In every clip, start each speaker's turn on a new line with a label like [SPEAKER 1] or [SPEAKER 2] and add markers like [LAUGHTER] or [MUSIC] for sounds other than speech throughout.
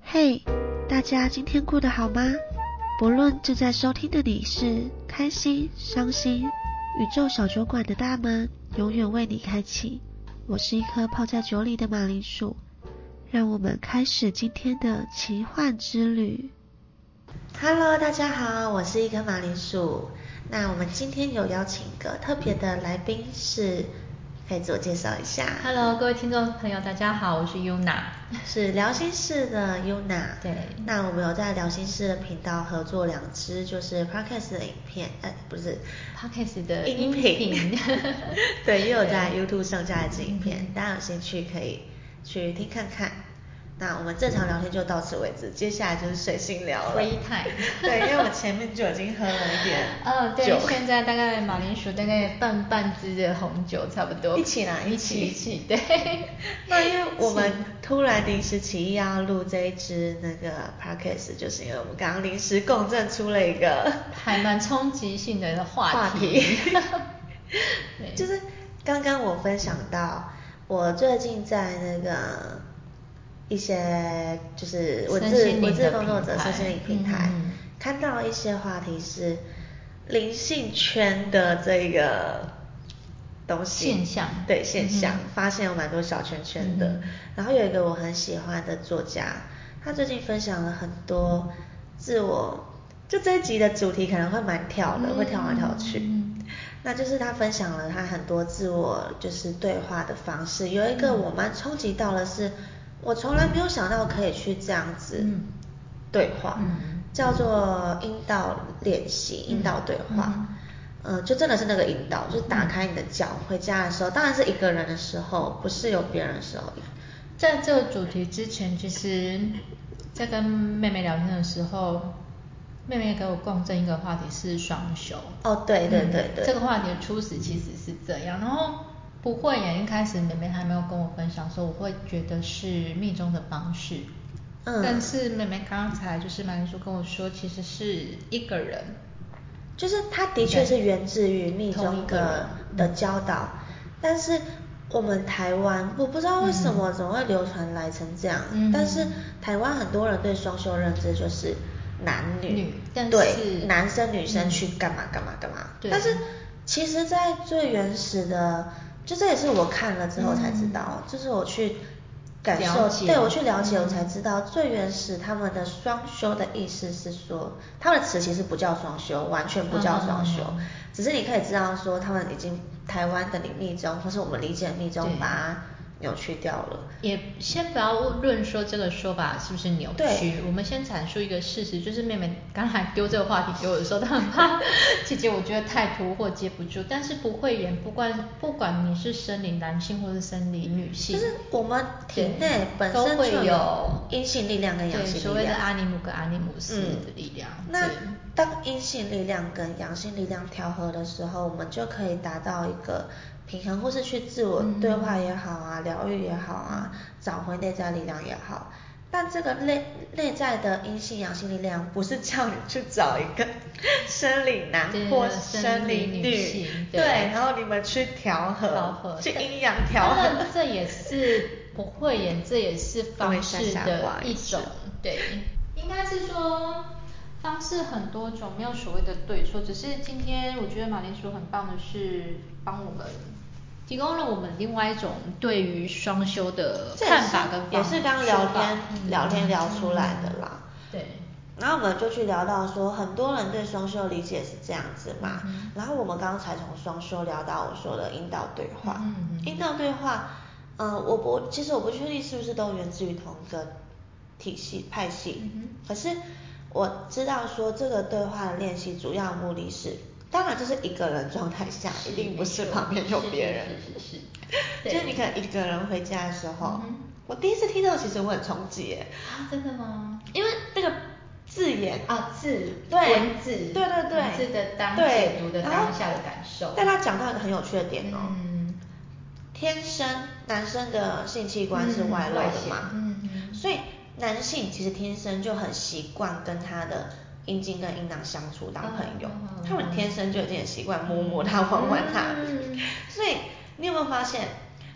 [SPEAKER 1] 嘿，大家今天过得好吗？不论正在收听的你是开心、伤心，宇宙小酒馆的大门永远为你开启。我是一颗泡在酒里的马铃薯，让我们开始今天的奇幻之旅。Hello，大家好，我是一颗马铃薯。那我们今天有邀请一个特别的来宾是，可以自我介绍一下。
[SPEAKER 2] Hello，各位听众朋友，大家好，我是 Yuna。
[SPEAKER 1] 是聊心室的 Yuna。
[SPEAKER 2] 对
[SPEAKER 1] 那我们有在聊心室的频道合作两支就是 podcast 的影片，呃，不是呃
[SPEAKER 2] Podcast 的
[SPEAKER 1] 音
[SPEAKER 2] 音
[SPEAKER 1] 频，
[SPEAKER 2] [LAUGHS] 频
[SPEAKER 1] [LAUGHS] 对，也有在 YouTube 上架一支影片
[SPEAKER 2] 嗯，
[SPEAKER 1] 大家有兴趣可以去听看看。那我们正常聊天就到此为止，接下来就是随性聊了。
[SPEAKER 2] Free time。
[SPEAKER 1] [LAUGHS] 对，因为我前面就已经喝了一点
[SPEAKER 2] [LAUGHS] 哦，对
[SPEAKER 1] 酒，
[SPEAKER 2] 现在大概马铃薯大概半半支的红酒差不多。
[SPEAKER 1] 一起啦，
[SPEAKER 2] 一
[SPEAKER 1] 起
[SPEAKER 2] 一起，对。
[SPEAKER 1] 那因为我们突然临时起意要录这一支那个 podcast，就是因为我们刚刚临时共振出了一个
[SPEAKER 2] 还蛮冲击性的话
[SPEAKER 1] 话
[SPEAKER 2] 题。 [LAUGHS] 对
[SPEAKER 1] 就是刚刚我分享到，我最近在那个一些就是文
[SPEAKER 2] 身
[SPEAKER 1] 字
[SPEAKER 2] 心灵的
[SPEAKER 1] 文字工作者
[SPEAKER 2] 平台
[SPEAKER 1] 身心灵平台、
[SPEAKER 2] 嗯嗯
[SPEAKER 1] 看到一些话题是灵性圈的这个东西
[SPEAKER 2] 现象
[SPEAKER 1] 对现象、
[SPEAKER 2] 嗯哼
[SPEAKER 1] 发现有蛮多小圈圈的。
[SPEAKER 2] 嗯哼
[SPEAKER 1] 然后有一个我很喜欢的作家，他最近分享了很多自我，就这一集的主题可能会蛮跳的，会跳来跳去。
[SPEAKER 2] 嗯
[SPEAKER 1] 那就是他分享了他很多自我就是对话的方式，有一
[SPEAKER 2] 嗯
[SPEAKER 1] 个我蛮冲击到的是，我从来没有想到可以去这样子
[SPEAKER 2] 嗯
[SPEAKER 1] 对话，
[SPEAKER 2] 嗯
[SPEAKER 1] 叫做引导练习、
[SPEAKER 2] 嗯
[SPEAKER 1] 引导对话。
[SPEAKER 2] 嗯
[SPEAKER 1] 嗯、就真的是那个引导，就是打开你的脚，回家的时候，当然是一个人的时候，不是有别人的时候，
[SPEAKER 2] 在这个主题之前，其实，在跟妹妹聊天的时候，妹妹给我共振一个话题是双休。嗯
[SPEAKER 1] 哦对对对对
[SPEAKER 2] 这个话题的初始其实是这样，然后不会耶，一开始妹妹还没有跟我分享说，我会觉得是命中的方式。
[SPEAKER 1] 嗯
[SPEAKER 2] 但是妹妹刚才就是马铃薯跟我说，其实是一个人，
[SPEAKER 1] 就是它的确是源自于密
[SPEAKER 2] 同
[SPEAKER 1] 宗
[SPEAKER 2] 一个人
[SPEAKER 1] 的
[SPEAKER 2] 嗯
[SPEAKER 1] 的教导，但是我们台湾我不知道为什么总会流传来成这样，
[SPEAKER 2] 嗯
[SPEAKER 1] 但是台湾很多人对双休认知就是男女，
[SPEAKER 2] 女但
[SPEAKER 1] 对
[SPEAKER 2] 是
[SPEAKER 1] 男生女生
[SPEAKER 2] 嗯
[SPEAKER 1] 去干嘛干嘛干嘛，
[SPEAKER 2] 对
[SPEAKER 1] 但是其实，在最原始的，就这也是我看了之后才知道，就是我去。感受
[SPEAKER 2] 嗯了，解
[SPEAKER 1] 对我去了解，我才
[SPEAKER 2] 嗯
[SPEAKER 1] 知道最原始他们的双休的意思是说，他们的词其实不叫双休，完全不叫双休，
[SPEAKER 2] 嗯嗯嗯
[SPEAKER 1] 只是你可以知道说他们已经台湾的密宗，或是我们理解的密宗
[SPEAKER 2] 对
[SPEAKER 1] 把它扭曲掉了。
[SPEAKER 2] 也先不要论说这个说法是不是扭曲
[SPEAKER 1] 对，
[SPEAKER 2] 我们先阐述一个事实，就是妹妹刚才丢这个话题给我的时候，她很怕姐姐，我觉得太突兀或接不住，但是不会演，不管不管你是生理男性或是生理女性，
[SPEAKER 1] 就是我们体内
[SPEAKER 2] 对
[SPEAKER 1] 本
[SPEAKER 2] 都
[SPEAKER 1] 身
[SPEAKER 2] 会
[SPEAKER 1] 就
[SPEAKER 2] 有
[SPEAKER 1] 阴性力量跟阳
[SPEAKER 2] 对
[SPEAKER 1] 性力量，
[SPEAKER 2] 所谓的阿尼姆跟阿尼姆斯的力量，
[SPEAKER 1] 嗯、那
[SPEAKER 2] 对
[SPEAKER 1] 当阴性力量跟阳性力量调和的时候，我们就可以达到一个平衡，或是去自我
[SPEAKER 2] 嗯
[SPEAKER 1] 对话也好啊，疗愈也好啊，找回内在力量也好。但这个内内在的阴性阳性力量，不是叫你去找一
[SPEAKER 2] [LAUGHS]
[SPEAKER 1] 个生理男
[SPEAKER 2] 对
[SPEAKER 1] 或
[SPEAKER 2] 生
[SPEAKER 1] 理
[SPEAKER 2] 理女性
[SPEAKER 1] 对，
[SPEAKER 2] 对
[SPEAKER 1] 然后你们去调和，
[SPEAKER 2] 调和，
[SPEAKER 1] 去
[SPEAKER 2] 但
[SPEAKER 1] 阴阳调和
[SPEAKER 2] 当然，这也是不会演，这也是方式的一种，对，应该是说方式很多种，没有所谓的对错，只是今天我觉得马铃薯很棒的是帮我们。提供了我们另外一种对于双休的
[SPEAKER 1] 这也
[SPEAKER 2] 看
[SPEAKER 1] 是
[SPEAKER 2] 法跟
[SPEAKER 1] 也
[SPEAKER 2] 方
[SPEAKER 1] 是刚刚聊
[SPEAKER 2] 说法
[SPEAKER 1] 天、
[SPEAKER 2] 嗯
[SPEAKER 1] 聊天聊出来的啦。
[SPEAKER 2] 对，
[SPEAKER 1] 然后我们就去聊到说，很多人对双休理解是这样子嘛。
[SPEAKER 2] 嗯
[SPEAKER 1] 然后我们刚刚才从双休聊到我说的引导对话，
[SPEAKER 2] 嗯嗯嗯
[SPEAKER 1] 引导对话，嗯、我不，其实我不确定是不是都源自于同一个体系派系，
[SPEAKER 2] 嗯
[SPEAKER 1] 可是我知道说这个对话的练习主要目的是，当然就是一个人状态下，
[SPEAKER 2] 是
[SPEAKER 1] 一定不是
[SPEAKER 2] 没错
[SPEAKER 1] 旁边有
[SPEAKER 2] 是
[SPEAKER 1] 别人，
[SPEAKER 2] 是是是对
[SPEAKER 1] 就是你可能一个人回家的时候
[SPEAKER 2] 嗯，哼
[SPEAKER 1] 我第一次听到，其实我很冲击耶。
[SPEAKER 2] 啊，真的吗？
[SPEAKER 1] 因为那个字眼
[SPEAKER 2] 啊字
[SPEAKER 1] 哦对
[SPEAKER 2] 文字
[SPEAKER 1] 对对对，
[SPEAKER 2] 文字的当
[SPEAKER 1] 对
[SPEAKER 2] 解读的
[SPEAKER 1] 然后
[SPEAKER 2] 当下的感受
[SPEAKER 1] 但他讲到一个很有趣的点哦，
[SPEAKER 2] 嗯
[SPEAKER 1] 天生男生的性器官是
[SPEAKER 2] 嗯
[SPEAKER 1] 外露
[SPEAKER 2] 外
[SPEAKER 1] 的
[SPEAKER 2] 显
[SPEAKER 1] 嘛，
[SPEAKER 2] 嗯嗯
[SPEAKER 1] 所以男性其实天生就很习惯跟他的阴茎跟阴囊相处当朋友，
[SPEAKER 2] 嗯嗯嗯
[SPEAKER 1] 他们嗯天生就已经很习惯摸摸他、玩玩他，
[SPEAKER 2] 嗯
[SPEAKER 1] 所以你有没有发现？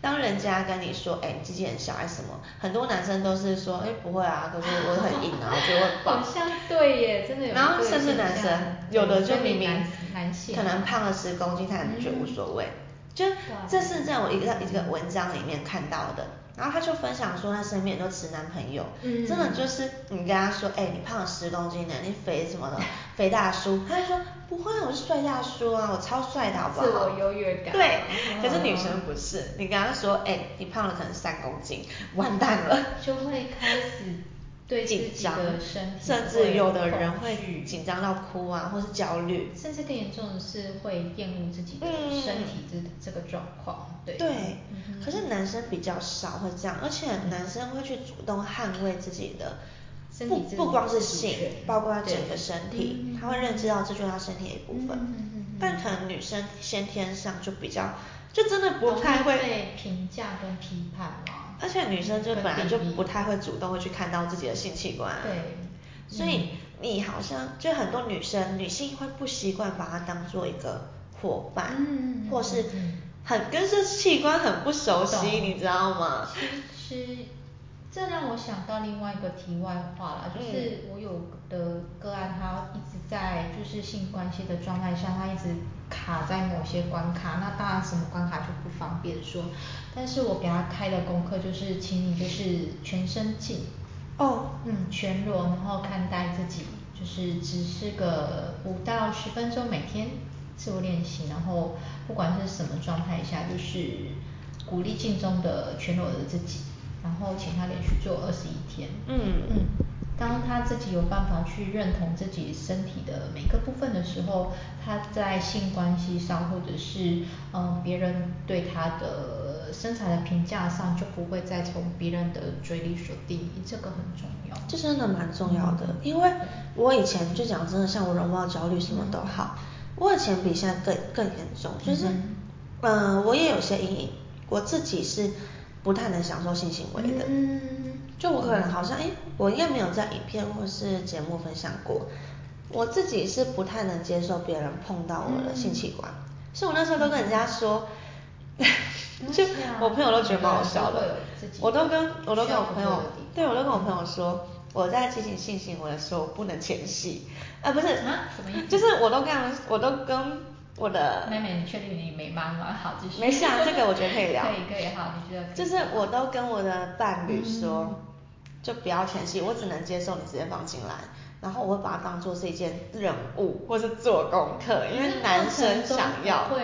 [SPEAKER 1] 当人家跟你说，哎、你鸡鸡很小还是什么，很多男生都是说，哎、不会啊，可是我很硬啊，我觉得我很
[SPEAKER 2] [LAUGHS]
[SPEAKER 1] 棒。
[SPEAKER 2] 好像对耶，真的有这个
[SPEAKER 1] 然后甚至
[SPEAKER 2] 现
[SPEAKER 1] 男生
[SPEAKER 2] 象
[SPEAKER 1] 有的就
[SPEAKER 2] 分
[SPEAKER 1] 明
[SPEAKER 2] 明
[SPEAKER 1] 明
[SPEAKER 2] 男男性嗯
[SPEAKER 1] 可能
[SPEAKER 2] 嘛
[SPEAKER 1] 胖了十公斤，他也觉得无所谓。就
[SPEAKER 2] 啊
[SPEAKER 1] 这是在我一个一个文章里面看到的。然后他就分享说，他身边很多直男朋友，
[SPEAKER 2] 嗯
[SPEAKER 1] 真的就是你跟他说，哎、你胖了十公斤呢，你肥什么
[SPEAKER 2] [LAUGHS]
[SPEAKER 1] 的，肥大叔，他就说不会啊，我是帅大叔啊，我超帅的好不好？
[SPEAKER 2] 自我优越感
[SPEAKER 1] 对，可是
[SPEAKER 2] 嗯
[SPEAKER 1] 女生不是，你跟他说，哎、你胖了可能三公
[SPEAKER 2] [LAUGHS]
[SPEAKER 1] 斤，完蛋了。
[SPEAKER 2] 就会开始对自
[SPEAKER 1] 紧
[SPEAKER 2] 己
[SPEAKER 1] 张
[SPEAKER 2] 的身体，
[SPEAKER 1] 甚至有的人
[SPEAKER 2] 惧
[SPEAKER 1] 会紧张到哭啊，或是焦虑。
[SPEAKER 2] 甚至更严重的是会厌恶自己的
[SPEAKER 1] 嗯
[SPEAKER 2] 身体这、这个状况，对。
[SPEAKER 1] 对
[SPEAKER 2] 嗯，
[SPEAKER 1] 可是男生比较少会这样，而且男生会去主动捍卫自己的，
[SPEAKER 2] 身
[SPEAKER 1] 不
[SPEAKER 2] 体自
[SPEAKER 1] 不
[SPEAKER 2] 主
[SPEAKER 1] 光是
[SPEAKER 2] 主
[SPEAKER 1] 性
[SPEAKER 2] 权，
[SPEAKER 1] 包括他整
[SPEAKER 2] 对
[SPEAKER 1] 个身
[SPEAKER 2] 嗯
[SPEAKER 1] 体，他会认知到这就是他身体的一部分
[SPEAKER 2] 嗯嗯嗯嗯。
[SPEAKER 1] 但可能女生先天上就比较，就真的不
[SPEAKER 2] 容易
[SPEAKER 1] 太会
[SPEAKER 2] 被。评价跟批判嘛。
[SPEAKER 1] 而且女生就
[SPEAKER 2] 跟
[SPEAKER 1] 本来
[SPEAKER 2] 定
[SPEAKER 1] 就
[SPEAKER 2] 义
[SPEAKER 1] 不太会主动会去看到自己的性器官啊、
[SPEAKER 2] 对嗯
[SPEAKER 1] 所以你好像就很多女生女性会不习惯把它当做一个伙伴，
[SPEAKER 2] 嗯嗯嗯
[SPEAKER 1] 或是
[SPEAKER 2] 嗯嗯
[SPEAKER 1] 很跟这器官很不熟悉，
[SPEAKER 2] 懂
[SPEAKER 1] 你知道吗？
[SPEAKER 2] 其实这让我想到另外一个题外话啦，就是我有的个案，他一直在就是性关系的状态下，他一直卡在某些关卡，那当然什么关卡就不方便说，但是我给他开的功课就是，请你就是全身镜，
[SPEAKER 1] 哦，
[SPEAKER 2] 嗯，全裸，然后看待自己，就是只是个五到十分钟每天自我练习，然后不管是什么状态下，就是鼓励镜中的全裸的自己，然后请他连续做二十一天。
[SPEAKER 1] 嗯
[SPEAKER 2] 嗯，当他自己有办法去认同自己身体的每个部分的时候，他在性关系上，或者是嗯别人对他的身材的评价上，就不会再从别人的嘴里所定义，这个很重要。
[SPEAKER 1] 这真的蛮重要的，因为我以前就讲真的，像我容貌焦虑什么都好，我以前比现在更更严重，就是，
[SPEAKER 2] 嗯
[SPEAKER 1] 嗯、我也有些阴影，我自己是不太能享受性行为的，
[SPEAKER 2] 嗯
[SPEAKER 1] 就我可能好像，哎、我应该没有在影片或是节目分享过，我自己是不太能接受别人碰到我的性器官，
[SPEAKER 2] 嗯
[SPEAKER 1] 所以我那时候都跟人家说。 [LAUGHS] 就
[SPEAKER 2] 没关系嗯啊
[SPEAKER 1] 我朋友都觉得蛮好笑
[SPEAKER 2] 每个人
[SPEAKER 1] 的
[SPEAKER 2] 都会有自，己
[SPEAKER 1] 我都跟我都
[SPEAKER 2] 需
[SPEAKER 1] 跟
[SPEAKER 2] 要
[SPEAKER 1] 我朋
[SPEAKER 2] 突破
[SPEAKER 1] 友
[SPEAKER 2] 的地方，
[SPEAKER 1] 对我都跟我朋友说，我在进行性行为的时候我不能前戏，啊不是，
[SPEAKER 2] 啊什么意思
[SPEAKER 1] 就是我都跟他们，我都跟我的
[SPEAKER 2] 妹妹，你确定你没妈妈？好，继
[SPEAKER 1] 呃
[SPEAKER 2] 续。
[SPEAKER 1] 没事啊，这个我觉得可以聊。
[SPEAKER 2] [LAUGHS] 可以可以，好，你觉得可以？嗯
[SPEAKER 1] 就是我都跟我的伴侣说，就不要前戏，我只能接受你直接放进来，然后我会把它当做是一件任务或是做功课，因为男生想要
[SPEAKER 2] 会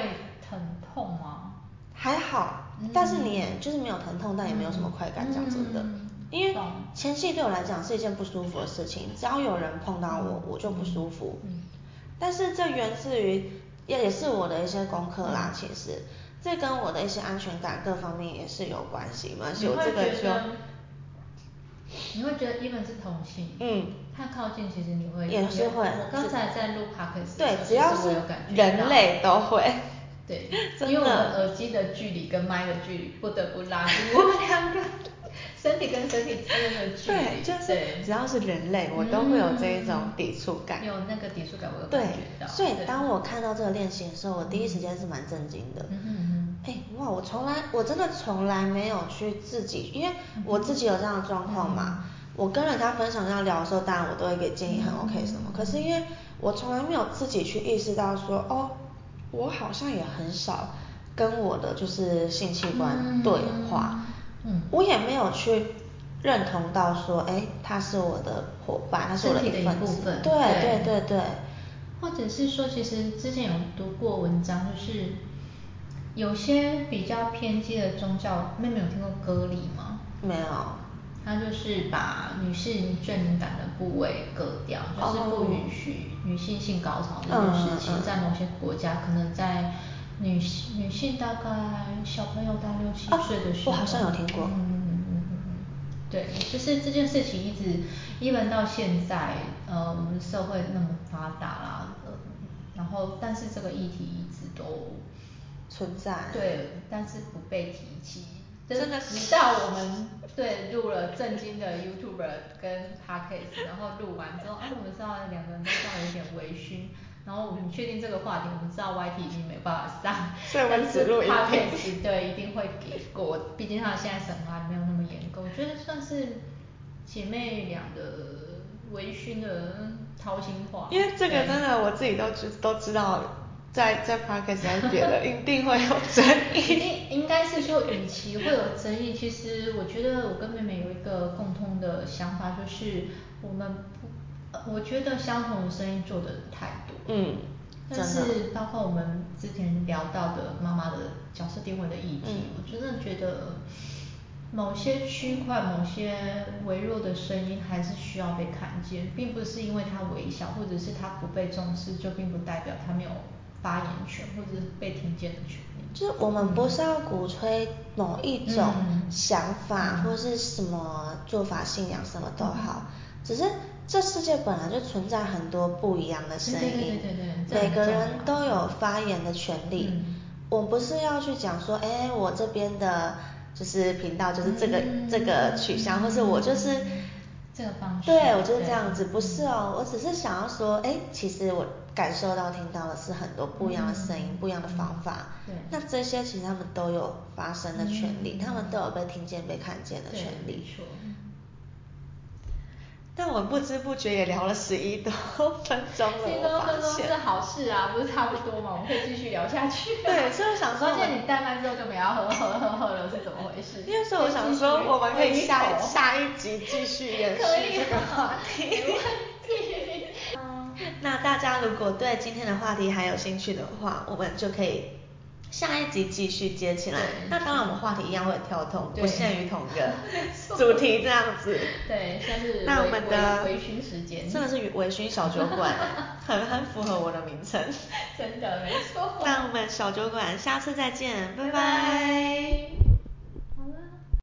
[SPEAKER 2] 疼痛吗？
[SPEAKER 1] 还好，
[SPEAKER 2] 嗯
[SPEAKER 1] 但是你也就是没有疼痛，但也没有什么快感，讲真的
[SPEAKER 2] 嗯。
[SPEAKER 1] 因为
[SPEAKER 2] 懂
[SPEAKER 1] 前戏对我来讲是一件不舒服的事情，只要有人碰到
[SPEAKER 2] 嗯
[SPEAKER 1] 我，我就不舒服。但是这源自于也也是我的一些功课
[SPEAKER 2] 嗯
[SPEAKER 1] 啦，其实这跟我的一些安全感各方面也是有关系嘛。所以我这个就
[SPEAKER 2] 你会觉得 even 是同性，
[SPEAKER 1] 嗯
[SPEAKER 2] 他靠近其实你会
[SPEAKER 1] 也是会
[SPEAKER 2] 我刚才在录 podcast，的时候
[SPEAKER 1] 对，
[SPEAKER 2] 其
[SPEAKER 1] 只要
[SPEAKER 2] 实我
[SPEAKER 1] 是
[SPEAKER 2] 有感觉到
[SPEAKER 1] 人类都会。，
[SPEAKER 2] 对
[SPEAKER 1] [LAUGHS] 真的
[SPEAKER 2] 因为我们耳机的距离跟麦的距离不得不拉近，我们
[SPEAKER 1] [LAUGHS]
[SPEAKER 2] 两个身体跟身体之间的距
[SPEAKER 1] 对，
[SPEAKER 2] 离，
[SPEAKER 1] 就是
[SPEAKER 2] 对嗯
[SPEAKER 1] 只要是人类，我都会有这一种抵触感。
[SPEAKER 2] 有那个抵触感，我有
[SPEAKER 1] 对
[SPEAKER 2] 感觉到。，
[SPEAKER 1] 所以
[SPEAKER 2] 对
[SPEAKER 1] 当我看到这个练习的时候，我第一时间是蛮震惊的。
[SPEAKER 2] 嗯哼嗯
[SPEAKER 1] 哎、哇！我从来，我真的从来没有去自己，因为我自己有这样的状况
[SPEAKER 2] 嗯
[SPEAKER 1] 嘛。我跟人家分享要聊的时候，当然我都会给建议，很 OK 什么。可是因为我从来没有自己去意识到说，哦，我好像也很少跟我的就是性器官对话，
[SPEAKER 2] 嗯
[SPEAKER 1] 我也没有去认同到说，哎，他是我的伙伴，他是我
[SPEAKER 2] 身体
[SPEAKER 1] 一
[SPEAKER 2] 的一
[SPEAKER 1] 份
[SPEAKER 2] 部
[SPEAKER 1] 子
[SPEAKER 2] 分
[SPEAKER 1] 对
[SPEAKER 2] 对
[SPEAKER 1] 对对对，
[SPEAKER 2] 或者是说，其实之前有读过文章，就是有些比较偏激的宗教，妹妹有听过割礼吗？
[SPEAKER 1] 没有，
[SPEAKER 2] 它就是把女性最敏感的部位割掉，就是
[SPEAKER 1] 哦
[SPEAKER 2] 不允许女性性高潮这件事
[SPEAKER 1] 嗯
[SPEAKER 2] 情，
[SPEAKER 1] 嗯嗯
[SPEAKER 2] 在某些国家，可能在女性女性大概小朋友大概六七
[SPEAKER 1] 啊
[SPEAKER 2] 岁的时
[SPEAKER 1] 我
[SPEAKER 2] 候，
[SPEAKER 1] 好像有听过
[SPEAKER 2] 嗯嗯嗯嗯嗯嗯，对，就是这件事情一直一文到现在，呃，我们社会那么发达啦，呃然后但是这个议题一直都
[SPEAKER 1] 存在
[SPEAKER 2] 对，但是不被提起。
[SPEAKER 1] 真的是
[SPEAKER 2] 直到我们对录了正经的啊 YouTuber 跟 Podcast，然后录完之后，哎、我们知道两个人都稍微有点微醺，然后我们确定这个话题，我们知道 YT 已经没办法上，
[SPEAKER 1] 所以我们只录影
[SPEAKER 2] 但是 Podcast 对一定会给过，毕竟他现在审查没有那么严格，我觉得算是姐妹俩的微醺的掏心话。
[SPEAKER 1] 因为这个
[SPEAKER 2] 对
[SPEAKER 1] 真的我自己都知都知道，在在 podcast 还是别
[SPEAKER 2] [LAUGHS]
[SPEAKER 1] 的，一定会有争
[SPEAKER 2] 一
[SPEAKER 1] 议。
[SPEAKER 2] 定应该是说，与其会有争议，其实我觉得我跟妹妹有一个共通的想法，就是我们不，呃我觉得相同的声音做的太多，
[SPEAKER 1] 嗯，
[SPEAKER 2] 但
[SPEAKER 1] 真的
[SPEAKER 2] 是包括我们之前聊到的妈妈的角色定位的议题，
[SPEAKER 1] 嗯
[SPEAKER 2] 我真的觉得某些区块、某些微弱的声音还是需要被看见，并不是因为他微小或者是他不被重视，就并不代表他没有发言权或者是被听见的权利。
[SPEAKER 1] 就是我们不是要鼓吹某一种
[SPEAKER 2] 嗯
[SPEAKER 1] 想法、
[SPEAKER 2] 嗯
[SPEAKER 1] 或是什么做法、信仰什么都好，只是这世界本来就存在很多不一样的声音，
[SPEAKER 2] 对对对对对这很
[SPEAKER 1] 每个人
[SPEAKER 2] 重要
[SPEAKER 1] 都有发言的权利。
[SPEAKER 2] 嗯
[SPEAKER 1] 我不是要去讲说，哎，我这边的就是频道就是这个、
[SPEAKER 2] 嗯
[SPEAKER 1] 这个取向，或是我就是。
[SPEAKER 2] 这个方式
[SPEAKER 1] 对，我就是
[SPEAKER 2] 对
[SPEAKER 1] 这样子，不是哦，我只是想要说，哎，其实我感受到、听到的是很多不一样的声音、
[SPEAKER 2] 嗯
[SPEAKER 1] 不一样的方法。
[SPEAKER 2] 对
[SPEAKER 1] 那这些其实他们都有发声的权利，
[SPEAKER 2] 嗯
[SPEAKER 1] 他们都有被听见、被看见的
[SPEAKER 2] 对
[SPEAKER 1] 权利
[SPEAKER 2] 没。错
[SPEAKER 1] 但我不知不觉也聊了十一多分钟了，
[SPEAKER 2] 这
[SPEAKER 1] 我
[SPEAKER 2] 多
[SPEAKER 1] 发
[SPEAKER 2] 分钟
[SPEAKER 1] 现
[SPEAKER 2] 是好事啊，不是差不多嘛？我们可以继续聊下去、
[SPEAKER 1] 对所以我想说
[SPEAKER 2] 而
[SPEAKER 1] 我
[SPEAKER 2] 且你带饭之后就没要喝喝喝喝了，是怎么回事？
[SPEAKER 1] 因为所以我想说，我们可以下
[SPEAKER 2] 一
[SPEAKER 1] 下一集继
[SPEAKER 2] [LAUGHS]
[SPEAKER 1] 续延续这个
[SPEAKER 2] 啊
[SPEAKER 1] 话题。 [LAUGHS] 那大家如果对今天的话题还有兴趣的话，我们就可以下一集继续接起来
[SPEAKER 2] 对。
[SPEAKER 1] 那当然，我们话题一样会跳通，
[SPEAKER 2] 对
[SPEAKER 1] 不限于同一
[SPEAKER 2] 错
[SPEAKER 1] 个主题这样子。
[SPEAKER 2] 对像是
[SPEAKER 1] 那我
[SPEAKER 2] 微
[SPEAKER 1] 们的
[SPEAKER 2] 微微醺时间
[SPEAKER 1] 真的是微醺小酒馆，
[SPEAKER 2] [LAUGHS]
[SPEAKER 1] 很很符合我的名称。
[SPEAKER 2] 真的没错。
[SPEAKER 1] 那我们小酒馆下次再见，拜拜
[SPEAKER 2] 拜拜